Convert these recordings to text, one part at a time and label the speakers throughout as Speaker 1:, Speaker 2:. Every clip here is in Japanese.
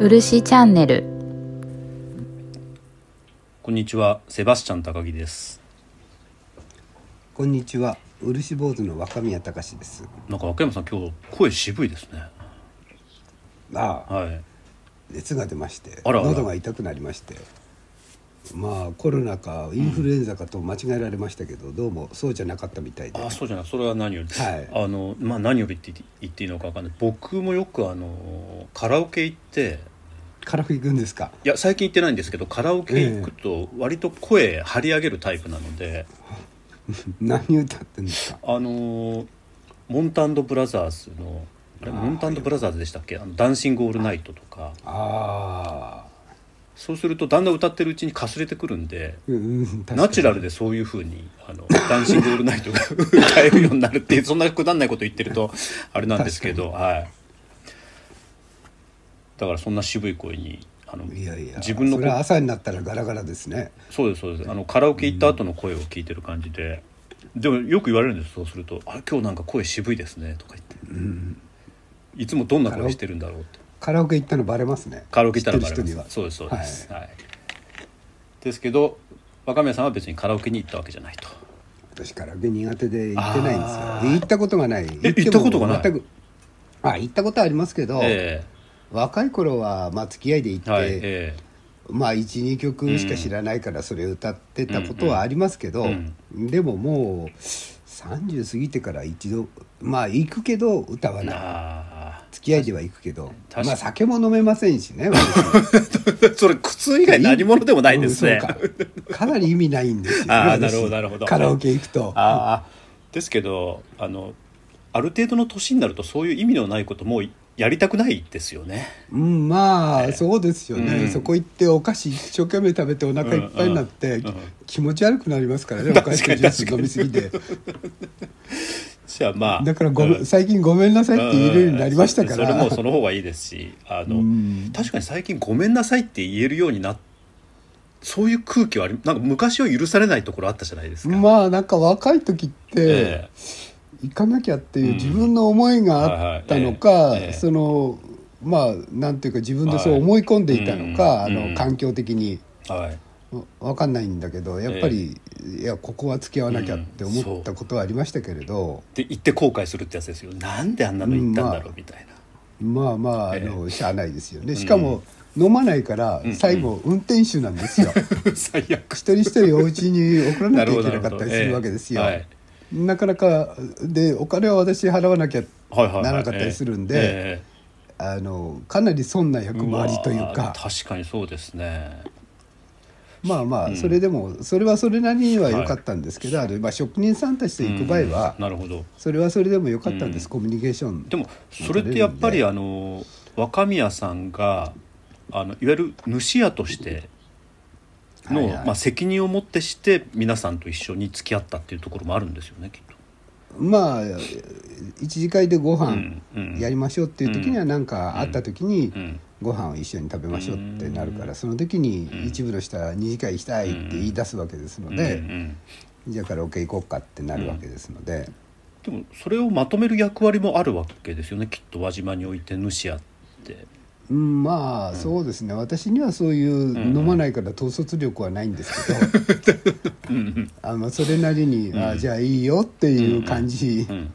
Speaker 1: 漆チャンネル
Speaker 2: こんにちは、セバスチャン高木です。
Speaker 3: こんにちは漆坊主の若宮隆です
Speaker 2: なんか若山さん、今日声渋いですね。
Speaker 3: まあ
Speaker 2: はい。
Speaker 3: 熱が出まして
Speaker 2: あらあら
Speaker 3: 喉が痛くなりましてまあコロナかインフルエンザかと間違えられましたけど、どうもそうじゃなかったみたいで
Speaker 2: あ、そうじゃない、それは何よりです。
Speaker 3: はい
Speaker 2: あの、まあ、何よりって言って言っていいのかわかんない。僕もよく、あの、カラオケ行って。
Speaker 3: カラフ行くんですか
Speaker 2: いや、最近行ってないんですけど、カラオケ行くと、割と声張り上げるタイプなので。
Speaker 3: 何歌ってんですか
Speaker 2: あのーモンタンドブラザーズの。あれ
Speaker 3: あー
Speaker 2: モンタンドブラザーズでしたっけあのダンシング・オールナイトとか
Speaker 3: ああ
Speaker 2: そうするとだんだん歌ってるうちにかすれてくるんで
Speaker 3: うんうん、確かに
Speaker 2: ナチュラルでそういうふうにあのダンシング・オールナイトが 歌えるようになるっていうそんなくだんないこと言ってるとあれなんですけど、はい、だからそんな渋い声にあの
Speaker 3: いやいや
Speaker 2: 自分の
Speaker 3: そ
Speaker 2: こ
Speaker 3: れは朝になったらガラガラですね
Speaker 2: そうですそうですあのカラオケ行った後の声を聞いてる感じで、でもよく言われるんですそうすると「あ今日なんか声渋いですね」とか言って、いつもどんな声してるんだろうって
Speaker 3: カラオケ行ったのバレますね
Speaker 2: カラオケ行ったら
Speaker 3: 知
Speaker 2: バ
Speaker 3: っ
Speaker 2: レ
Speaker 3: てる人に
Speaker 2: ま
Speaker 3: は
Speaker 2: すそうですそうです、はいですけど若宮さんは別にカラオケに行ったわけじゃないと。
Speaker 3: 私カラオケ苦手で行ってないんですよ
Speaker 2: あー
Speaker 3: 行ったことがない
Speaker 2: え行ったことがない
Speaker 3: 行っても全くあ行ったことはありますけど、
Speaker 2: え
Speaker 3: 若い頃はまあ付き合いで行っ
Speaker 2: え
Speaker 3: て、
Speaker 2: はいえ
Speaker 3: まあ12曲しか知らないからそれを歌ってたことはありますけど、
Speaker 2: うん
Speaker 3: でももう30過ぎてから一度まあ行くけど歌わ
Speaker 2: え
Speaker 3: ない
Speaker 2: ああ
Speaker 3: 付き合いでは行くけど
Speaker 2: 確か
Speaker 3: ま
Speaker 2: に
Speaker 3: あ酒も飲めませんしね私
Speaker 2: それ苦 痛以外何者でもないですね。
Speaker 3: うんそうかかなり意味ないんですよ、ね、
Speaker 2: あー
Speaker 3: 私
Speaker 2: なるほどなるほど
Speaker 3: カラオケ行くと
Speaker 2: ああですけどあのある程度の年になるとそういう意味のないこともうやりたくないですよね。
Speaker 3: うん、まあそうですよね、
Speaker 2: うん
Speaker 3: そこ行ってお菓子一生懸命食べてお腹いっぱいになって、
Speaker 2: うんうん
Speaker 3: 気持ち悪くなりますからねお菓子とジュース飲みすぎて
Speaker 2: じゃあまあ
Speaker 3: だからごめん、
Speaker 2: うん
Speaker 3: 最近ごめんなさいって言えるようになりましたか
Speaker 2: うん
Speaker 3: ら、
Speaker 2: それもその方がいいですしあの、
Speaker 3: うん
Speaker 2: 確かに最近「ごめんなさい」って言えるようになっそういう空気はありなんか昔は許されないところあったじゃないですか。
Speaker 3: まあなんか若い時って
Speaker 2: え
Speaker 3: 行かなきゃっていう
Speaker 2: うん
Speaker 3: 自分の思いがあったの
Speaker 2: はい
Speaker 3: か
Speaker 2: はいええええ
Speaker 3: そのまあなんていうか自分でそう思い込んでいたのか
Speaker 2: は
Speaker 3: あ
Speaker 2: いうんうん
Speaker 3: の環境的に
Speaker 2: えはい
Speaker 3: わかんないんだけどやっぱりいやここは付き合わなきゃって思ったことはありましたけれど
Speaker 2: で行って後悔するってやつですよなんであんなの行ったんだろうみたいな、
Speaker 3: まあまああ
Speaker 2: ええ
Speaker 3: のしゃあないですよねしかも飲まないから最後運転手なんですよ。
Speaker 2: 最悪
Speaker 3: 一人一人お家に送らなきゃいけなかった
Speaker 2: なるほどなるほど
Speaker 3: りするわけですよ。
Speaker 2: ええはい
Speaker 3: なかなかでお金は私払わなきゃ
Speaker 2: はいはいはい
Speaker 3: ならなかったりするんで、
Speaker 2: ええ
Speaker 3: あのかなり損な役回りという
Speaker 2: うわ
Speaker 3: か
Speaker 2: ー確かにそうですね
Speaker 3: まあまあそれでもそれはそれなりには良かったんですけど、あのまあ、職人さんたちと行く場合は
Speaker 2: うんなるほど
Speaker 3: それはそれでも良かったんです、コミュニケーション
Speaker 2: でもそれってやっぱりあの若宮さんがあのいわゆる主屋としての、
Speaker 3: はいはい
Speaker 2: まあ、責任を持ってして皆さんと一緒に付き合ったっていうところもあるんですよねきっと。
Speaker 3: まあ一次会でご飯
Speaker 2: うんうん
Speaker 3: やりましょうっていう時には何かあった時に
Speaker 2: うん
Speaker 3: ご飯を一緒に食べましょうってなるからその時に一部の人は二次会したいって言い出すわけですので。
Speaker 2: うんうん
Speaker 3: じゃあカラオケ行こうかってなるわけですので、
Speaker 2: でもそれをまとめる役割もあるわけですよねきっと輪島において主屋って。
Speaker 3: うんまあそうですね、私にはそういう飲まないから統率力はないんですけど、あのそれなりに、あじゃあいいよっていう感じ
Speaker 2: ん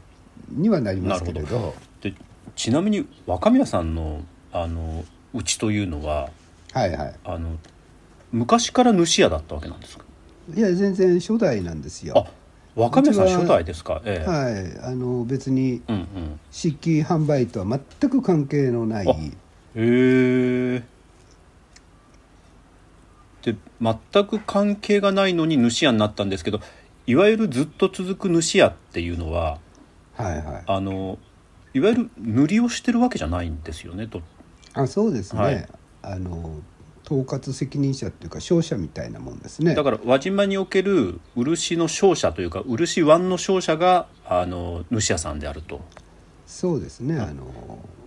Speaker 3: にはなりますけれど,、
Speaker 2: でちなみに若宮さんのあのうちというのは
Speaker 3: はいはい
Speaker 2: あの昔から主屋だったわけなんですか
Speaker 3: いや全然初代なんですよ
Speaker 2: あ若宮さん
Speaker 3: うちは
Speaker 2: 初代ですかええ、
Speaker 3: はいあの別に
Speaker 2: うんうん
Speaker 3: 漆器販売とは全く関係のない
Speaker 2: あへえで全く関係がないのに主屋になったんですけどいわゆるずっと続く主屋っていうのは
Speaker 3: はいはい
Speaker 2: あのいわゆる塗りをしてるわけじゃないんですよねと
Speaker 3: あそうですね、
Speaker 2: はい
Speaker 3: あの統括責任者っていうか商社みたいなもんですね
Speaker 2: だから輪島における漆の商社というか漆湾の商社があの主屋さんであると
Speaker 3: そうですね、あの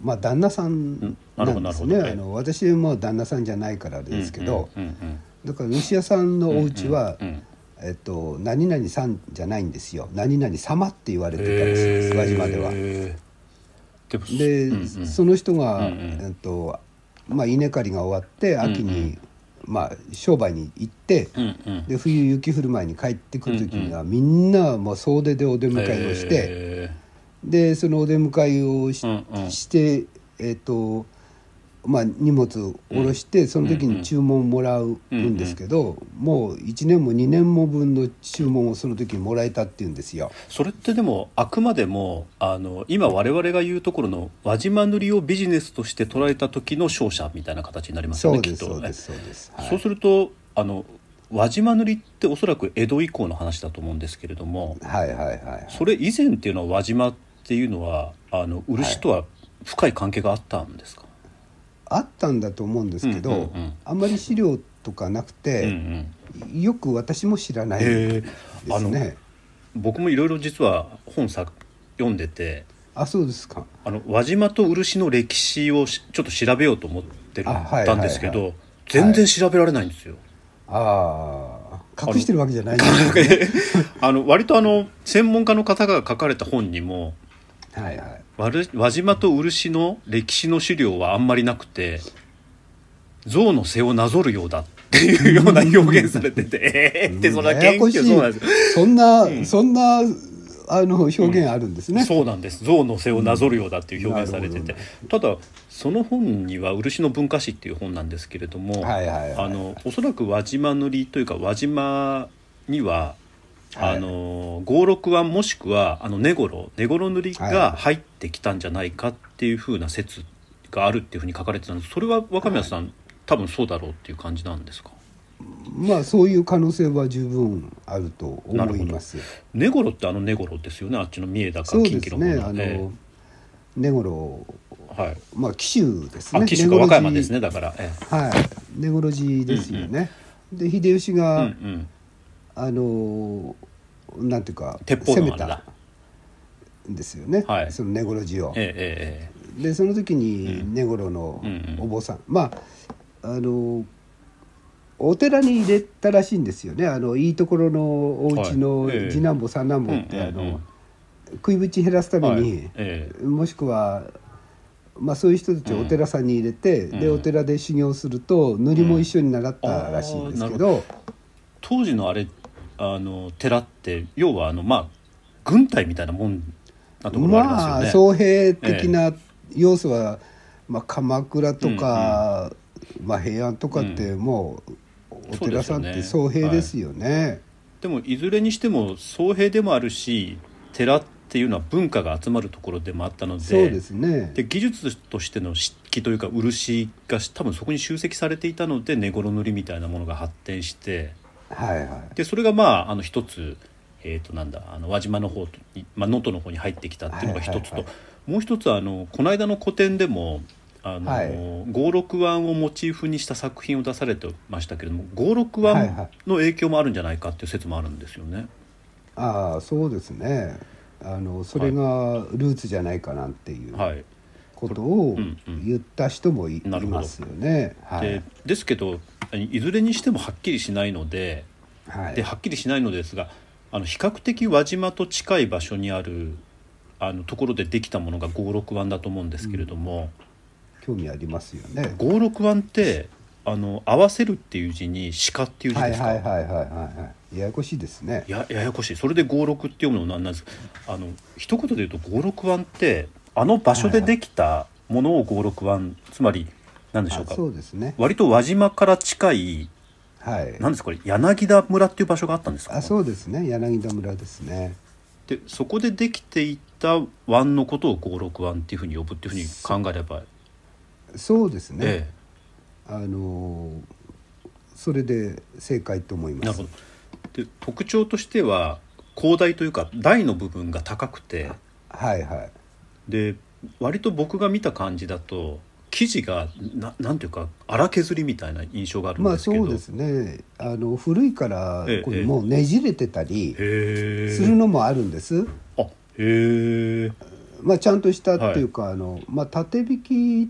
Speaker 3: まあ旦那さん
Speaker 2: なるほ
Speaker 3: な
Speaker 2: ど
Speaker 3: んです
Speaker 2: な
Speaker 3: ね、
Speaker 2: るほどええ
Speaker 3: あの私も旦那さんじゃないからですけど、
Speaker 2: うんうん
Speaker 3: だから西屋さんのお家は、
Speaker 2: うんうん
Speaker 3: えっと何々さんじゃないんですよ何々様って言われてたらしいです、
Speaker 2: へー
Speaker 3: 輪島では。
Speaker 2: でも
Speaker 3: で、
Speaker 2: うんうん
Speaker 3: その人が、
Speaker 2: うんうん
Speaker 3: えっとまあ、稲刈りが終わって秋に、まあ、商売に行って、
Speaker 2: うんうん
Speaker 3: で冬雪降る前に帰ってくる時には、みんなもう総出でお出迎えをして、
Speaker 2: へ
Speaker 3: でそのお出迎えをし,、
Speaker 2: うんうん
Speaker 3: してえっ、とまあ荷物を下ろして、その時に注文をもらうんですけど、もう1年も2年も分の注文をその時にもらえたっていうんですよ。
Speaker 2: ーそれってでもあくまでもあの今我々が言うところの輪島塗りをビジネスとして捉えた時の勝者みたいな形になりますよね
Speaker 3: そうです
Speaker 2: きっと
Speaker 3: そう
Speaker 2: ね
Speaker 3: ですそうです。はい
Speaker 2: そうするとあの輪島塗りっておそらく江戸以降の話だと思うんですけれども
Speaker 3: はいはいはいはい。
Speaker 2: それ以前っていうのは輪島っていうのはあの漆とは深い関係があったんですか、
Speaker 3: あったんだと思うんですけど、
Speaker 2: うんうんうん
Speaker 3: あんまり資料とかなく
Speaker 2: うんう
Speaker 3: て、
Speaker 2: ん
Speaker 3: よく私も知らないで
Speaker 2: へえあ
Speaker 3: す
Speaker 2: の
Speaker 3: ね。
Speaker 2: 僕もいろいろ実は本さ読んでて
Speaker 3: あそうですか。
Speaker 2: あの輪島と漆の歴史をしちょっと調べようと思ってる
Speaker 3: あはい
Speaker 2: たんですけど、
Speaker 3: はい
Speaker 2: 全然調べられないんですよ。
Speaker 3: ああ隠してるわけじゃないんですね。
Speaker 2: あの割とあの専門家の方が書かれた本にも
Speaker 3: はいはい。
Speaker 2: わる輪島と漆の歴史の資料はあんまりなくて象の背をなぞるようだっていうような表現されてて、えーってそんな研究そうなんですよ
Speaker 3: そんな、そんなあの表現あるんですね。
Speaker 2: そうなんです象の背をなぞるようだっていう表現されて
Speaker 3: うんな
Speaker 2: て、
Speaker 3: る
Speaker 2: ただその本には「漆の文化史」っていう本なんですけれども、
Speaker 3: はいはいはい
Speaker 2: あのおそらく輪島塗りというか輪島には、
Speaker 3: はい
Speaker 2: あの五六腕もしくはあの根頃根頃塗りが入ってきたんじゃないかっていうふうな説があるっていうふうに書かれてたんですそれは若宮さん、多分そうだろうっていう感じなんですか
Speaker 3: まあそういう可能性は十分あると思います。
Speaker 2: 根頃ってあの根頃ですよねあっちの三重だか
Speaker 3: そう
Speaker 2: 近畿
Speaker 3: です
Speaker 2: の
Speaker 3: ね。
Speaker 2: 方
Speaker 3: あ
Speaker 2: のえ
Speaker 3: の根頃
Speaker 2: えはい
Speaker 3: まあ紀州ですね。
Speaker 2: あ紀州か和歌山ですねだから、ええ
Speaker 3: はい、根室寺ですよね。で秀吉
Speaker 2: う
Speaker 3: が、
Speaker 2: んうん、
Speaker 3: あのーなんていうか
Speaker 2: 鉄砲
Speaker 3: 攻
Speaker 2: の
Speaker 3: め
Speaker 2: あれだ
Speaker 3: たんですよね、
Speaker 2: はい
Speaker 3: その根室寺を。
Speaker 2: ええええええ
Speaker 3: でその時に根室の
Speaker 2: うんうん
Speaker 3: お坊さん、まああのーお寺に入れたらしいんですよねあのいいところのお家の
Speaker 2: はいええ
Speaker 3: 次男坊三男坊って、
Speaker 2: うんうんうん
Speaker 3: あの食いぶち減らすため
Speaker 2: はい
Speaker 3: に、
Speaker 2: ええ
Speaker 3: もしくは、まあ、そういう人たちをお寺さんに入れて、でお寺で修行すると塗りも一緒に習ったらしいんですけど、
Speaker 2: 当時のあれあの寺って要はあのまあ軍隊みたいなもんなところがありますよね。
Speaker 3: まあ僧兵的な要素は、まあ、鎌倉とか、まあ、平安とかってもう、お
Speaker 2: そうで
Speaker 3: 寺
Speaker 2: すよ
Speaker 3: さんっ
Speaker 2: ね
Speaker 3: て僧兵ですよね。
Speaker 2: でもいずれにしても僧兵でもあるし寺っていうのは文化が集まるところでもあったので
Speaker 3: そうですね
Speaker 2: で技術としての漆器というか漆が多分そこに集積されていたので根頃塗りみたいなものが発展して
Speaker 3: はいはい
Speaker 2: でそれがまああの一つ、えー、となんだあの輪島の方にまあ能登、の方に入ってきたっていうのが一つと、
Speaker 3: はいはいは
Speaker 2: もう一つはあのこの間の個展でもあの、
Speaker 3: はい
Speaker 2: 五六腕をモチーフにした作品を出されてましたけれども五六腕
Speaker 3: はいはい
Speaker 2: の影響もあるんじゃないかっていう説もあるんですよね。
Speaker 3: ああそうですねあのそれがルーツじゃないかなんていう
Speaker 2: はい
Speaker 3: ことを
Speaker 2: うんうん
Speaker 3: 言った人もい,、
Speaker 2: なるほど
Speaker 3: ますよね。は
Speaker 2: で
Speaker 3: い
Speaker 2: ですけどいずれにしてもはっきりしないので
Speaker 3: は
Speaker 2: で
Speaker 3: い、
Speaker 2: はっきりしないのですがあの比較的輪島と近い場所にあるあのところでできたものが五六腕だと思うんですけれども。
Speaker 3: 興味ありますよね。
Speaker 2: 五六番ってあの合わせるっていう字に鹿っていう字
Speaker 3: はい
Speaker 2: ですか、
Speaker 3: はいはいはいはいはいややこしいですね。
Speaker 2: やややこしいそれで五六って読むのなんなんですあの一言で言うと五六番ってあの場所でできたものを五六番つまり何でしょう
Speaker 3: あ
Speaker 2: か
Speaker 3: そうですね。
Speaker 2: 割と輪島から近い
Speaker 3: はい。
Speaker 2: 何ですかこれ柳田村っていう場所があったんですか
Speaker 3: あそうですね柳田村ですね
Speaker 2: でそこでできていた湾のことを五六湾っていうふうに呼ぶっていうふうに考えれば、
Speaker 3: そうですね、
Speaker 2: え
Speaker 3: あのーそれで正解と思い
Speaker 2: え、な
Speaker 3: ま
Speaker 2: る
Speaker 3: す
Speaker 2: ほどで特徴としては広大というか台の部分が高くて。
Speaker 3: はいはい
Speaker 2: で割と僕が見た感じだと生地がななんていうか荒削りみたいな印象があるん
Speaker 3: まあ
Speaker 2: ですけ
Speaker 3: そ
Speaker 2: ど、
Speaker 3: うですねあの古いから
Speaker 2: ええ
Speaker 3: こ
Speaker 2: え
Speaker 3: れ
Speaker 2: え
Speaker 3: もうねじれてたり
Speaker 2: へえ
Speaker 3: するのもあるんです、
Speaker 2: あへえ
Speaker 3: まあ、ちゃんとしたっていうか、あのまあ、縦引き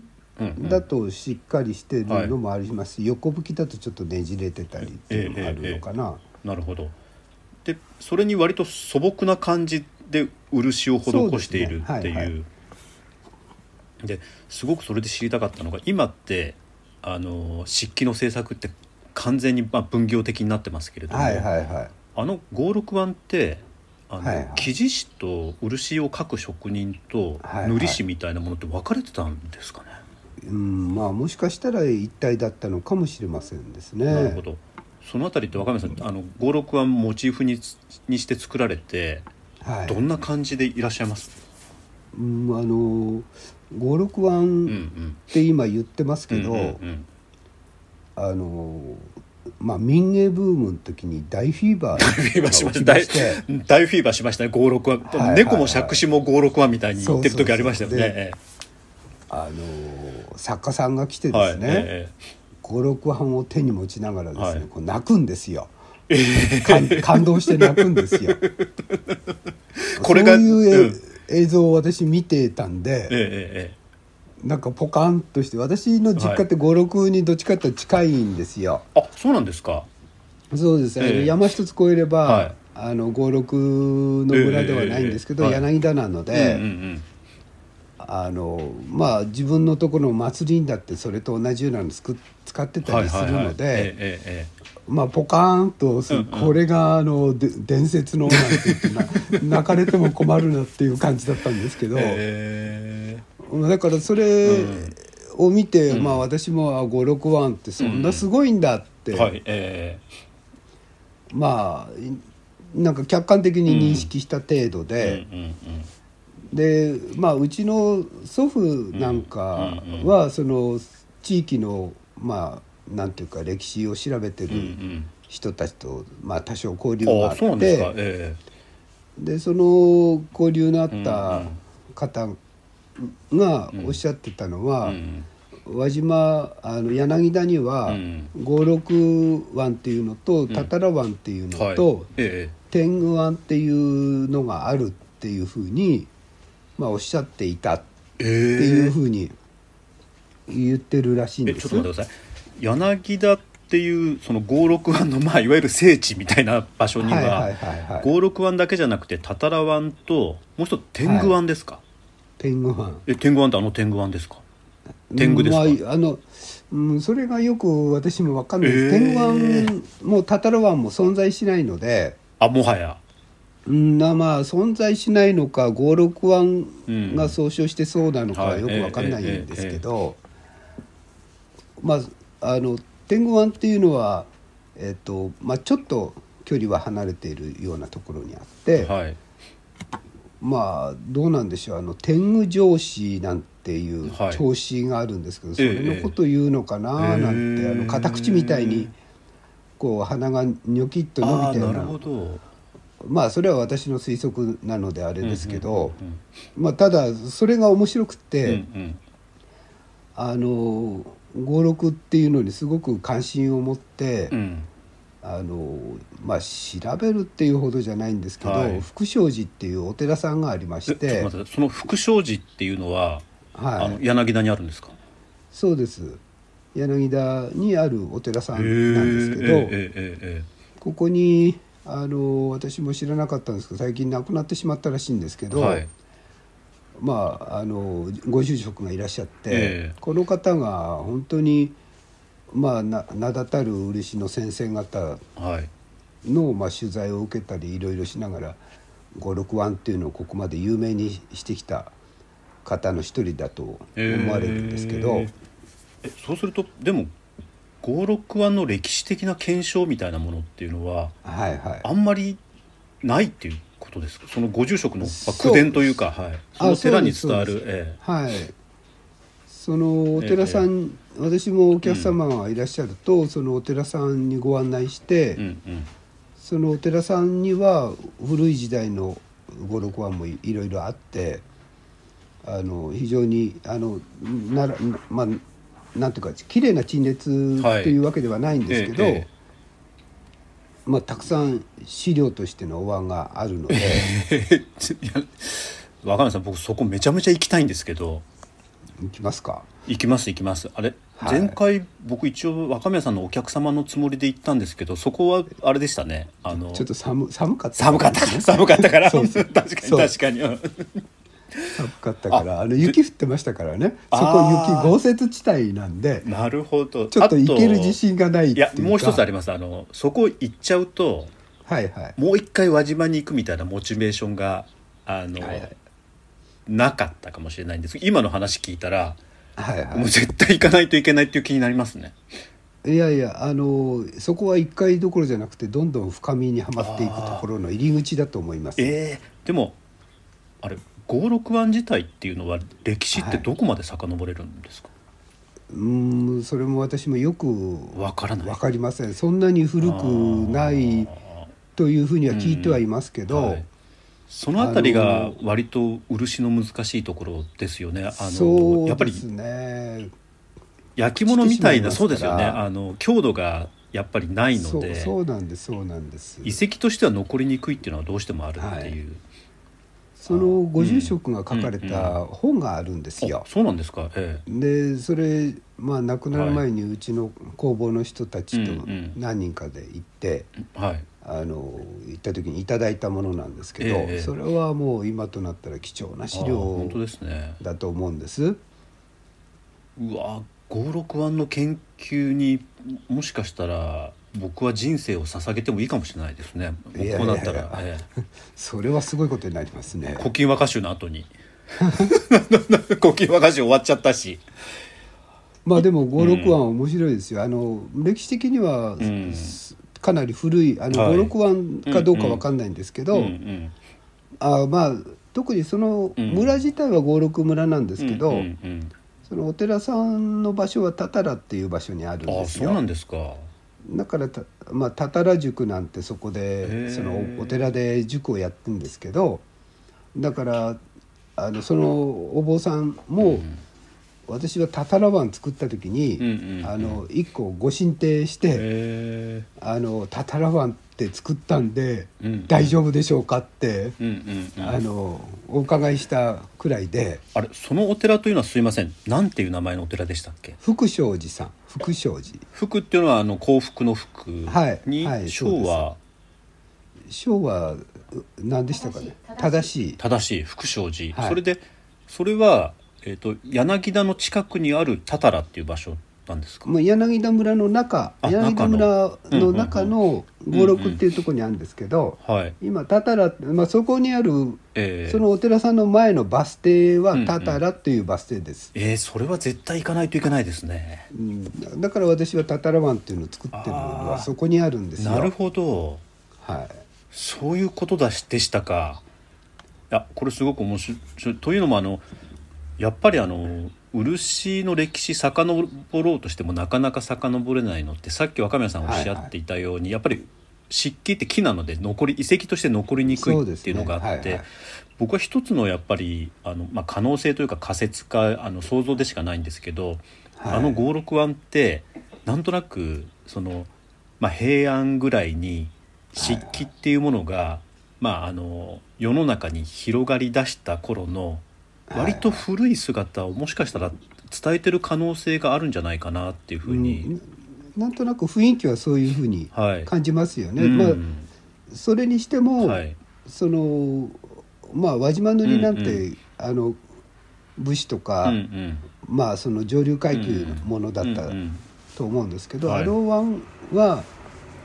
Speaker 3: だとしっかりしてるのもありますし、横引きだとちょっとねじれてたりっていうのもあるのかな、
Speaker 2: なるほどでそれに割と素朴な感じで漆を施しているっていう
Speaker 3: そうですねはいは
Speaker 2: ですごくそれで知りたかったのが今ってあの漆器の制作って完全にまあ分業的になってますけれども、
Speaker 3: はいはいはい
Speaker 2: あの561番ってあの、
Speaker 3: はいはい
Speaker 2: 生地師と漆を描く職人と
Speaker 3: はいはい
Speaker 2: 塗り師みたいなものって分かれてたんですかね、
Speaker 3: うんまあもしかしたら一体だったのかもしれませんですね
Speaker 2: なるほどそのあたりって若宮さんあの561モチーフにつにして作られて
Speaker 3: はい
Speaker 2: どんな感じでいらっしゃいます、
Speaker 3: うんあの561
Speaker 2: うんう
Speaker 3: っ
Speaker 2: ん
Speaker 3: て今言ってますけど、
Speaker 2: うんうんうん
Speaker 3: あのまあ民芸ブームの時に大フィーバ ー
Speaker 2: 大フィーバーしました
Speaker 3: が
Speaker 2: 大
Speaker 3: 起きまして
Speaker 2: 大 フィーバーしましたね56は、
Speaker 3: はいはい
Speaker 2: 猫も借子も56話みたいに言ってる時ありましたよね
Speaker 3: そう
Speaker 2: え
Speaker 3: そうそう
Speaker 2: え
Speaker 3: あの作家さんが来てですね、
Speaker 2: はいえ
Speaker 3: 56版を手に持ちながらですね、
Speaker 2: はい
Speaker 3: こう泣くんですよ。感感動して泣くんですよ。
Speaker 2: これが
Speaker 3: そうい
Speaker 2: う
Speaker 3: う
Speaker 2: ん
Speaker 3: え、映像を私見てたん
Speaker 2: えええ
Speaker 3: で、
Speaker 2: ええ
Speaker 3: なんかポカンとして私の実家って56にどっちかっていうと近いんですよ。
Speaker 2: えあそうなんですか
Speaker 3: そうです、ね
Speaker 2: ええ
Speaker 3: 山一つ越えれば、
Speaker 2: はい
Speaker 3: あの56の村ではないんですけど、
Speaker 2: ええええええ
Speaker 3: 柳田なので、
Speaker 2: うんうん
Speaker 3: あのまあ、自分のところの祭りにだってそれと同じようなの作っ使って
Speaker 2: うんは
Speaker 3: た
Speaker 2: い
Speaker 3: りす
Speaker 2: はい
Speaker 3: る
Speaker 2: はい
Speaker 3: ので。
Speaker 2: ええええ
Speaker 3: まあ、ポカーンとす、これがあので伝説のなんて言ってな 泣かれても困るなっていう感じだったんですけど、
Speaker 2: え
Speaker 3: だからそれを見て、まあ、私もあ561ってそんなすごいんだって、
Speaker 2: えはいえ
Speaker 3: まあいなんか客観的に認識した程度
Speaker 2: え
Speaker 3: で、
Speaker 2: うんうんうん
Speaker 3: で、まあ、うちの祖父なんかはその地域のまあなんていうか歴史を調べて
Speaker 2: うんう
Speaker 3: る
Speaker 2: ん
Speaker 3: 人たちと、まあ、多少交流が
Speaker 2: あ
Speaker 3: あっ
Speaker 2: あ
Speaker 3: て。
Speaker 2: そうなんですかえ
Speaker 3: でその交流のあった
Speaker 2: うんうん
Speaker 3: 方がおっしゃってたのは、
Speaker 2: えうん
Speaker 3: 輪島あの柳田には
Speaker 2: うん
Speaker 3: 五六湾っていうのと多々良湾っていう
Speaker 2: は
Speaker 3: の
Speaker 2: い
Speaker 3: と、
Speaker 2: え
Speaker 3: 天狗湾っていうのがあるっていうふうに、まあ、おっしゃっていたって
Speaker 2: ええ
Speaker 3: いう
Speaker 2: え
Speaker 3: ふうに言ってるらしいん
Speaker 2: え
Speaker 3: で
Speaker 2: ち
Speaker 3: す
Speaker 2: ょっと待ってください柳田っていうその561のまあいわゆる聖地みたいな場所に
Speaker 3: はいは
Speaker 2: はい
Speaker 3: はいはい
Speaker 2: 56湾だけじゃなくてたたら湾ともう一つ天狗湾ですか、
Speaker 3: 天狗湾
Speaker 2: え天狗湾ってあの天狗湾ですか天狗ですか、
Speaker 3: まあ、あの、うん、それがよく私もわかんないです、
Speaker 2: えー
Speaker 3: 天狗湾もタタル湾も存在しないので、
Speaker 2: あもはや
Speaker 3: うん、なまあ存在しないのか56
Speaker 2: うん
Speaker 3: 湾が総称してそうなのか
Speaker 2: は
Speaker 3: はいよくわかんないんですけど、まああの天狗湾っていうのは、えっとまあ、ちょっと距離は離れているようなところにあって、
Speaker 2: はい
Speaker 3: まあどうなんでしょうあの天狗上司なんていう
Speaker 2: はい
Speaker 3: 調子があるんですけど、
Speaker 2: ええ
Speaker 3: それのこと言うのかななんて、
Speaker 2: ええ
Speaker 3: あの片口みたいにこう鼻がニョキッと伸
Speaker 2: ああ
Speaker 3: びたよ
Speaker 2: な
Speaker 3: う
Speaker 2: る
Speaker 3: な
Speaker 2: ほど
Speaker 3: まあそれは私の推測なのであれですけど、
Speaker 2: うんうん
Speaker 3: まあ、ただそれが面白くって、
Speaker 2: うん
Speaker 3: あの56っていうのにすごく関心を持って。
Speaker 2: うんうん
Speaker 3: あのまあ、調べるっていうほどじゃないんですけど、
Speaker 2: はい
Speaker 3: 福祥寺っていうお寺さんがありま
Speaker 2: えちょっ
Speaker 3: し
Speaker 2: と
Speaker 3: て
Speaker 2: 待ってその福祥寺っていうのは、
Speaker 3: はい、
Speaker 2: あの柳田にあるんですか
Speaker 3: そうです柳田にあるお寺さ
Speaker 2: へ
Speaker 3: ん
Speaker 2: ー
Speaker 3: なんですけど、
Speaker 2: えええええ
Speaker 3: ここにあの私も知らなかったんですけど最近亡くなってしまったらしいんですけ
Speaker 2: え
Speaker 3: ど、
Speaker 2: はい
Speaker 3: まああのご住職がいらっしゃって、
Speaker 2: ええ
Speaker 3: この方が本当に、まあ、な名だたる漆の先生方
Speaker 2: はい
Speaker 3: の、まあ、取材を受けたりいろいろしながら56腕っていうのをここまで有名にしてきた方の一人だと思われるんですけど。
Speaker 2: えーえそうするとでも56話の歴史的な検証みたいなものっていうのは
Speaker 3: はいはい、
Speaker 2: あんまりないっていうことですかそのご住職のまあ
Speaker 3: そう
Speaker 2: 口伝というか、はい、その寺に伝わ
Speaker 3: そ
Speaker 2: る
Speaker 3: うです
Speaker 2: ええ
Speaker 3: はい。そのお寺さん、私もお客様がいらっしゃると、そのお寺さんにご案内して、
Speaker 2: うんうん
Speaker 3: そのお寺さんには古い時代の五六案もいいろいろあって、あの非常にあのならまあなんていうか綺麗な陳列
Speaker 2: はい
Speaker 3: というわけではないんですけど、
Speaker 2: ええええ
Speaker 3: まあたくさん資料としてのお椀があるので、
Speaker 2: えいや若宮さん僕そこめちゃめちゃ行きたいんですけど
Speaker 3: いきますか。
Speaker 2: 行きます行きますあれ、
Speaker 3: はい
Speaker 2: 前回僕一応若宮さんのお客様のつもりで行ったんですけどそこはあれでしたねあの
Speaker 3: ちょっと寒寒かった。
Speaker 2: 寒かった寒かったから
Speaker 3: そうそう
Speaker 2: 確かに
Speaker 3: そう
Speaker 2: 確かにうん
Speaker 3: 寒かったからあの雪降ってましたからねそ
Speaker 2: あー
Speaker 3: こ雪豪雪地帯なんで
Speaker 2: なるほど
Speaker 3: ちょっと
Speaker 2: あ
Speaker 3: 行ける自信がないっ
Speaker 2: い
Speaker 3: ていう
Speaker 2: や
Speaker 3: か
Speaker 2: もう一つありますあのそこ行っちゃうと
Speaker 3: はいはい
Speaker 2: もう一回輪島に行くみたいなモチベーションがあの、
Speaker 3: はいはい
Speaker 2: なかったかもしれないんですけど今の話聞いたら、
Speaker 3: はい
Speaker 2: もう
Speaker 3: は
Speaker 2: 絶対行かないといけないっていう気になりますね。
Speaker 3: いいやいやあのそこは一回どころじゃなくてどんどん深みにはまっていくところの入り口だと思います
Speaker 2: えーでもあれ561自体っていうのは歴史ってどこまで遡れるんですか、
Speaker 3: うーんそれも私もよく
Speaker 2: わからない
Speaker 3: わかりませんそんなに古くないというふうには聞いてはいますけど、
Speaker 2: はいそのあたりが割と漆の難しいところですよね。あの
Speaker 3: そ
Speaker 2: やっ
Speaker 3: う
Speaker 2: ぱ
Speaker 3: で
Speaker 2: り
Speaker 3: すね
Speaker 2: 焼き物みたいな
Speaker 3: してし
Speaker 2: そ
Speaker 3: ま
Speaker 2: うで
Speaker 3: いますす
Speaker 2: よ
Speaker 3: から
Speaker 2: ね。あの強度がやっぱりないの
Speaker 3: そう
Speaker 2: で、
Speaker 3: そうなんですそうなんです
Speaker 2: 遺跡としては残りにくいっていうのはどうしてもあるっていう。
Speaker 3: そのご住職が書かれ
Speaker 2: うん
Speaker 3: た本があるんです
Speaker 2: あ
Speaker 3: よ。
Speaker 2: そうなんですか。ええ
Speaker 3: でそれ、まあ、亡くなる前にうちの工房の人たちと
Speaker 2: うんうん
Speaker 3: 何人かで行って、
Speaker 2: はい。
Speaker 3: あの行った時にいただいたものなんですけど、
Speaker 2: ええ
Speaker 3: それはもう今となったら貴重な資
Speaker 2: あ
Speaker 3: 料
Speaker 2: 本当ですね。
Speaker 3: だと思うんです。
Speaker 2: うわ561の研究にもしかしたら僕は人生を捧げてもいいかもしれないですね
Speaker 3: いやいや
Speaker 2: こうなったら、ええ
Speaker 3: それはすごいことになりますね。
Speaker 2: 古今和歌集の後に 古今和歌集終わっちゃったし
Speaker 3: まあでも五六案は面白いですよ。あの歴史的には、
Speaker 2: ん
Speaker 3: かなり古いあの
Speaker 2: はい
Speaker 3: 五六案かどうかわかんないんですけど、
Speaker 2: うんうん
Speaker 3: あまあ特にその
Speaker 2: うん
Speaker 3: 村自体は五六村なんで
Speaker 2: う
Speaker 3: す
Speaker 2: ん
Speaker 3: けど、
Speaker 2: うんうん
Speaker 3: そのお寺さんの場所はたたらっていう場所にあるん
Speaker 2: あ
Speaker 3: です
Speaker 2: そう
Speaker 3: よ
Speaker 2: なんですか
Speaker 3: だからた,、まあ、たたら塾なんてそこ
Speaker 2: へー
Speaker 3: でそのお寺で塾をやってるんですけどだからあのそのお坊さんも、私はたたら湾作った時に、
Speaker 2: うんうんうん
Speaker 3: あの一個ご神呈して。
Speaker 2: へ
Speaker 3: あのタタラ湾って作ったんで、
Speaker 2: うん
Speaker 3: 大丈夫でしょうかって、
Speaker 2: えうんうんうん
Speaker 3: あのお伺いしたくらいで
Speaker 2: あれそのお寺というのはすいませんなんていう名前のお寺でしたっけ
Speaker 3: 福祥寺さん福祥寺
Speaker 2: 福っていうのはあの幸福の福に、
Speaker 3: はいはい
Speaker 2: 昭和
Speaker 3: 昭和う何でしたかね正しい
Speaker 2: 正しい福祥寺、
Speaker 3: はい
Speaker 2: それでそれは、えー、と柳田の近くにある多々良っていう場所なんですか
Speaker 3: もう柳田村の中
Speaker 2: あ
Speaker 3: 柳田村
Speaker 2: 中の
Speaker 3: の中の五六っていうところにあるんですけど、
Speaker 2: はい
Speaker 3: 今タタラ、まあ、そこにある
Speaker 2: えー、
Speaker 3: そのお寺さんの前のバス停
Speaker 2: うんう
Speaker 3: は
Speaker 2: ん
Speaker 3: タタラっていうバス停です、
Speaker 2: えーそれは絶対行かないといけないですね
Speaker 3: うん、だから私はタタラ湾っていうのを作ってるの
Speaker 2: あ
Speaker 3: は
Speaker 2: ー
Speaker 3: そこにあるんですよ
Speaker 2: なるほど
Speaker 3: はい
Speaker 2: そういうことだしでしたかいやこれすごく面白いというのもあのやっぱりあの漆の歴史遡ろうとしてもなかなか遡れないのってさっき若宮さんおっしゃっていたように、やっぱり漆器って木なので残り遺跡として残りにく
Speaker 3: そ
Speaker 2: いう
Speaker 3: で
Speaker 2: っ
Speaker 3: す
Speaker 2: てい
Speaker 3: ね
Speaker 2: うのがあっ
Speaker 3: は
Speaker 2: て
Speaker 3: いはい
Speaker 2: 僕は一つのやっぱりあの、まあ、可能性というか仮説かあの想像でしかないんですけど、
Speaker 3: はい
Speaker 2: あの561ってなんとなくその、まあ、平安ぐらいに漆器っていうものが、まあ、あの世の中に広がり出した頃の割と古い姿をもしかしたら伝えてる可能性があるんじゃないかなっていうふう
Speaker 3: う
Speaker 2: に、
Speaker 3: んなんとなく雰囲気はそういうふうに
Speaker 2: はい
Speaker 3: 感じますよね。
Speaker 2: うん
Speaker 3: まあ、それにしても、
Speaker 2: はい
Speaker 3: そのまあ輪島塗りなんて、
Speaker 2: うんう
Speaker 3: あの武士と
Speaker 2: うん
Speaker 3: か、
Speaker 2: うん
Speaker 3: まあその上流階級のものだった
Speaker 2: うんうん
Speaker 3: と思うんですけど、
Speaker 2: はい
Speaker 3: アローワンは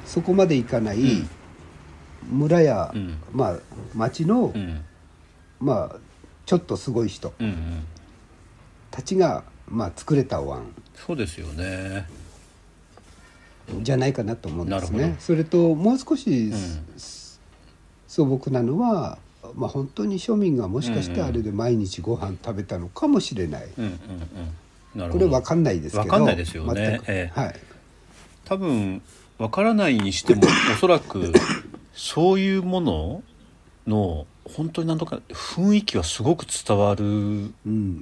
Speaker 3: そこまでいかない村や、
Speaker 2: うん
Speaker 3: まあ町の、
Speaker 2: うん
Speaker 3: まあちょっとすごい人
Speaker 2: うんうん
Speaker 3: たちが、まあ、作れたお椀
Speaker 2: そうですよね。
Speaker 3: じゃないかなと思うんで
Speaker 2: な
Speaker 3: す
Speaker 2: るほ
Speaker 3: ね
Speaker 2: ど。
Speaker 3: それともう少し、
Speaker 2: ん
Speaker 3: す素朴なのは、まあ、本当に庶民がもしかしてあれで毎日ご飯食べたのかもしれない、
Speaker 2: うんうんうん、なる
Speaker 3: こ
Speaker 2: ほ
Speaker 3: れ
Speaker 2: ど
Speaker 3: わかんないですけど
Speaker 2: わかんないですよね
Speaker 3: 全く
Speaker 2: ええ
Speaker 3: はい、
Speaker 2: 多分わからないにしても おそらくそういうものの本当に何とか雰囲気はすごく伝わる、
Speaker 3: うん、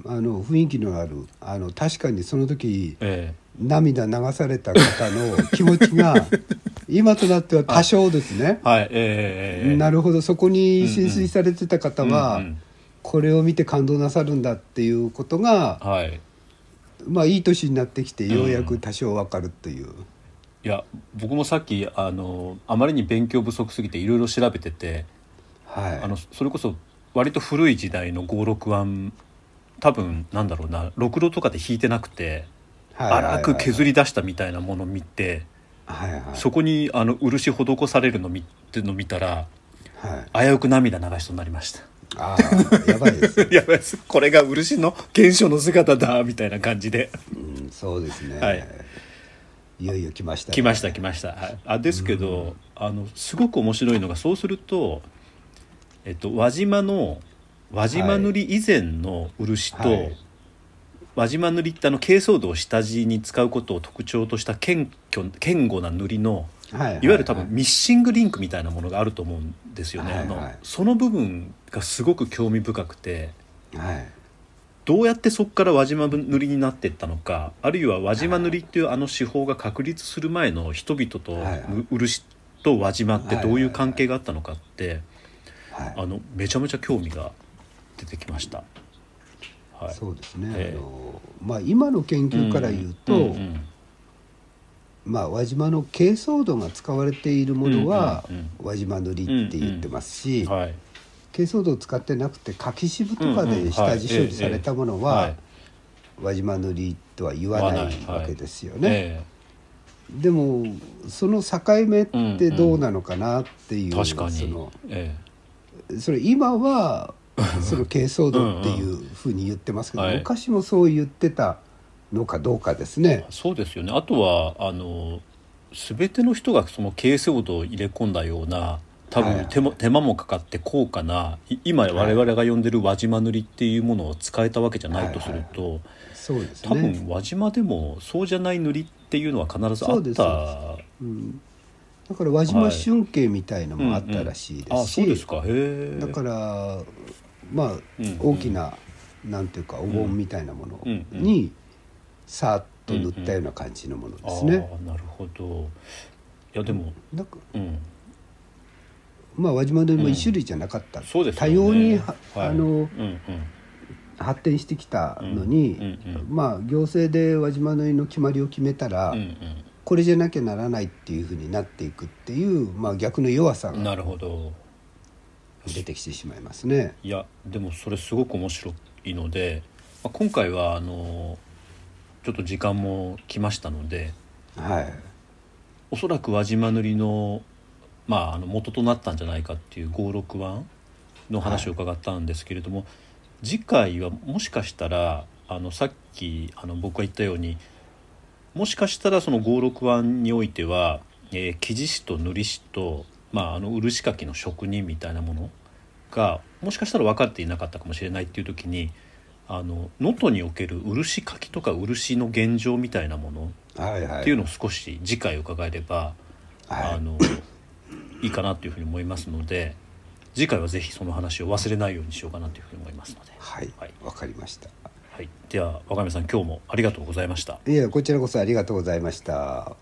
Speaker 3: あの雰囲気のあるあの確かにその時
Speaker 2: え
Speaker 3: 涙流された方の気持 ちが今となっては多少ですね
Speaker 2: え、はいええええ
Speaker 3: なるほどそこに浸水されてた方は、
Speaker 2: うんうん
Speaker 3: これを見て感動なさるんだっていうことが
Speaker 2: はい
Speaker 3: まあいい年になってきてようやく多少わかるっていう、
Speaker 2: いや僕もさっきあのあまりに勉強不足すぎていろいろ調べてて
Speaker 3: はい
Speaker 2: あのそれこそ割と古い時代の56腕多分なんだろうなろくろとかで弾いてなくて荒く削
Speaker 3: り、
Speaker 2: り出したみたいなもの見て
Speaker 3: はいはい
Speaker 2: そこにあの漆施されるの見ての見たら
Speaker 3: はい、
Speaker 2: 危うく涙流しそうになりました
Speaker 3: ああやばい です、
Speaker 2: やばいですこれが漆の現象の姿だみたいな感じで
Speaker 3: うん、そうですね、
Speaker 2: はい、
Speaker 3: よいよ来ましたね、
Speaker 2: 来ました来ました、はい、あですけど、あのすごく面白いのがそうすると、えっと、輪島の輪島塗り以前の漆と、
Speaker 3: はい
Speaker 2: 輪島塗りってあの珪藻土を下地に使うことを特徴とした謙虚堅固な塗りの
Speaker 3: はい
Speaker 2: いわゆる多分ミッシングリンクみたいなものがあると思うんですよね、
Speaker 3: はいはい
Speaker 2: あのその部分がすごく興味深くて
Speaker 3: はい、はい
Speaker 2: どうやってそこから輪島塗りになっていったのかあるいは輪島塗りっていうあの手法が確立する前の人々と
Speaker 3: はいは
Speaker 2: う漆と輪島ってどういう関係があったのかって
Speaker 3: はい
Speaker 2: あのめちゃめちゃ興味が出てきました。はい、
Speaker 3: そうですね、
Speaker 2: ええ
Speaker 3: あのまあ、今の研究から言うと、
Speaker 2: んん
Speaker 3: まあ、輪島の珪藻土が使われているものは、
Speaker 2: うんうん
Speaker 3: 輪島塗りって言ってますし、
Speaker 2: うんはい
Speaker 3: 珪藻土を使ってなくて柿渋とか
Speaker 2: うんう
Speaker 3: で
Speaker 2: ん
Speaker 3: 下地処理されたものは、
Speaker 2: い
Speaker 3: 輪島塗りとは言わない
Speaker 2: 言わない
Speaker 3: わけですよね。
Speaker 2: え
Speaker 3: でもその境目ってどうなのかなってい
Speaker 2: え
Speaker 3: う、
Speaker 2: 確かに
Speaker 3: その
Speaker 2: え
Speaker 3: それ 今はその珪藻土っていうふうに言ってますけど
Speaker 2: はい
Speaker 3: 昔もそう言ってたのかどうかですね
Speaker 2: え。そうですよねあとはあの全ての人がその珪藻土を入れ込んだような多
Speaker 3: は
Speaker 2: 分
Speaker 3: い
Speaker 2: 手も、手間もかかって高価ない今我々が呼んでる輪島塗りっていうものを使えたわけじゃないとすると、
Speaker 3: そうです
Speaker 2: 多
Speaker 3: ね
Speaker 2: 分輪島でもそうじゃない塗りっていうのは必ずあ
Speaker 3: そ
Speaker 2: っ
Speaker 3: うです
Speaker 2: た
Speaker 3: だから輪島春景みたいのもあったらしいで
Speaker 2: あ
Speaker 3: すし、
Speaker 2: そうですかへえ
Speaker 3: だからまあ、
Speaker 2: うん
Speaker 3: 大きななんていうかお盆みたいなもの
Speaker 2: うんうん
Speaker 3: にさーっと塗ったような感じのもの
Speaker 2: あ
Speaker 3: ですね。
Speaker 2: ーなるほどいやでも
Speaker 3: なんか
Speaker 2: うん
Speaker 3: まあ輪島塗りも一種類じゃなかった、
Speaker 2: そうです
Speaker 3: 多
Speaker 2: よね
Speaker 3: 様には、
Speaker 2: はい
Speaker 3: あ
Speaker 2: うんう
Speaker 3: の
Speaker 2: ん
Speaker 3: 発展してきたのに、
Speaker 2: うんうん
Speaker 3: まあ行政で輪島塗りの決まりを決めたら、
Speaker 2: うんうん
Speaker 3: これじゃなきゃならないっていうふうになっていくっていう、まあ、逆の弱さが
Speaker 2: なるほど
Speaker 3: 出てきてしまいますね。
Speaker 2: いやでもそれすごく面白いので、まあ、今回はあのちょっと時間も来ましたので
Speaker 3: はい
Speaker 2: おそらく輪島塗の,、まああの元となったんじゃないかっていう56番の話を伺ったんですけれども、次回はもしかしたらあのさっきあの僕が言ったようにもしかしたらその56番においては、えー生地師と塗り師と、まあ、あの漆かきの職人みたいなものがもしかしたら分かっていなかったかもしれないっていう時にあの能登における漆かきとか漆の現状みたいなもの
Speaker 3: はいはい
Speaker 2: っていうのを少し次回伺えれば、
Speaker 3: はい
Speaker 2: あのいいかなというふうに思いますので次回はぜひその話を忘れないようにしようかなというふうに思いますので、
Speaker 3: はい
Speaker 2: はい
Speaker 3: わかりました。
Speaker 2: はい、では若宮さん今日もありがとうございました。
Speaker 3: いやこちらこそありがとうございました。